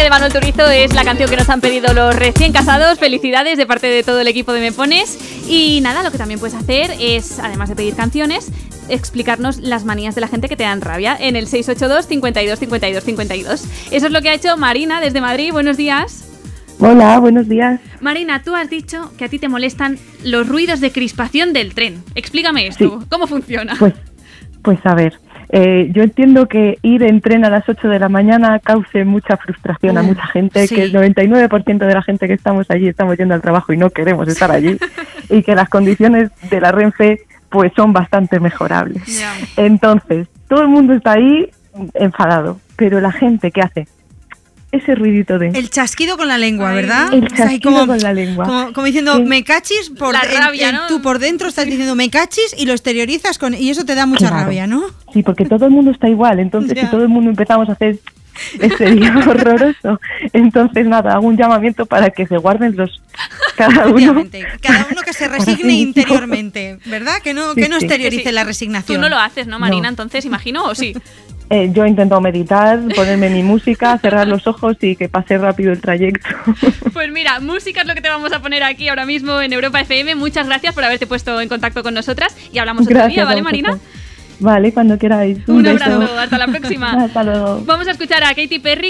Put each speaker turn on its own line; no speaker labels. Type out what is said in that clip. de Manuel Turizo es la canción que nos han pedido los recién casados. Felicidades de parte de todo el equipo de Me Pones. Y nada, lo que también puedes hacer es, además de pedir canciones, explicarnos las manías de la gente que te dan rabia en el 682 52 52 52. Eso es lo que ha hecho Marina desde Madrid. Buenos días.
Hola, buenos días.
Marina, tú has dicho que a ti te molestan los ruidos de crispación del tren. Explícame esto.
Sí.
¿Cómo funciona?
Pues, pues a ver, eh, yo entiendo que ir en tren a las 8 de la mañana cause mucha frustración a
Uf,
mucha gente,
Mm, sí.
que el 99% de la gente que estamos allí estamos yendo al trabajo y no queremos estar allí, y que las condiciones de la Renfe pues son bastante mejorables.
Ya.
Entonces, todo el mundo está ahí enfadado, pero la gente, ¿qué hace? Ese ruidito de...
El chasquido con la lengua,
Ay,
¿verdad?
el
O sea, ahí
chasquido con la lengua.
Como, como diciendo,
Sí.
me cachis por
La
en-
rabia,
en-
¿no?
Tú por dentro estás diciendo, me cachis y lo exteriorizas con. Y eso te da mucha
Claro.
rabia, ¿no?
Sí, porque todo el mundo está igual, entonces
Ya.
si todo el mundo empezamos a hacer este día horroroso, entonces nada, hago un llamamiento para que se guarden los cada uno.
Efectivamente. Cada uno que se
para
resigne
sí mismo.
interiormente, ¿verdad? Que no,
Sí,
que no
sí.
exteriorice
Que sí.
la resignación.
Tú no lo haces, ¿no, Marina?
No.
Entonces, imagino, ¿o sí?
Eh, yo intento meditar, ponerme mi música, cerrar los ojos y que pase rápido el trayecto.
Pues mira, música es lo que te vamos a poner aquí ahora mismo en Europa FM. Muchas gracias por haberte puesto en contacto con nosotras y hablamos otro día,
a
¿vale,
vosotros.
Marina?
Vale, cuando queráis.
Un
beso.
abrazo, hasta la próxima.
Hasta luego.
Vamos a escuchar a Katy Perry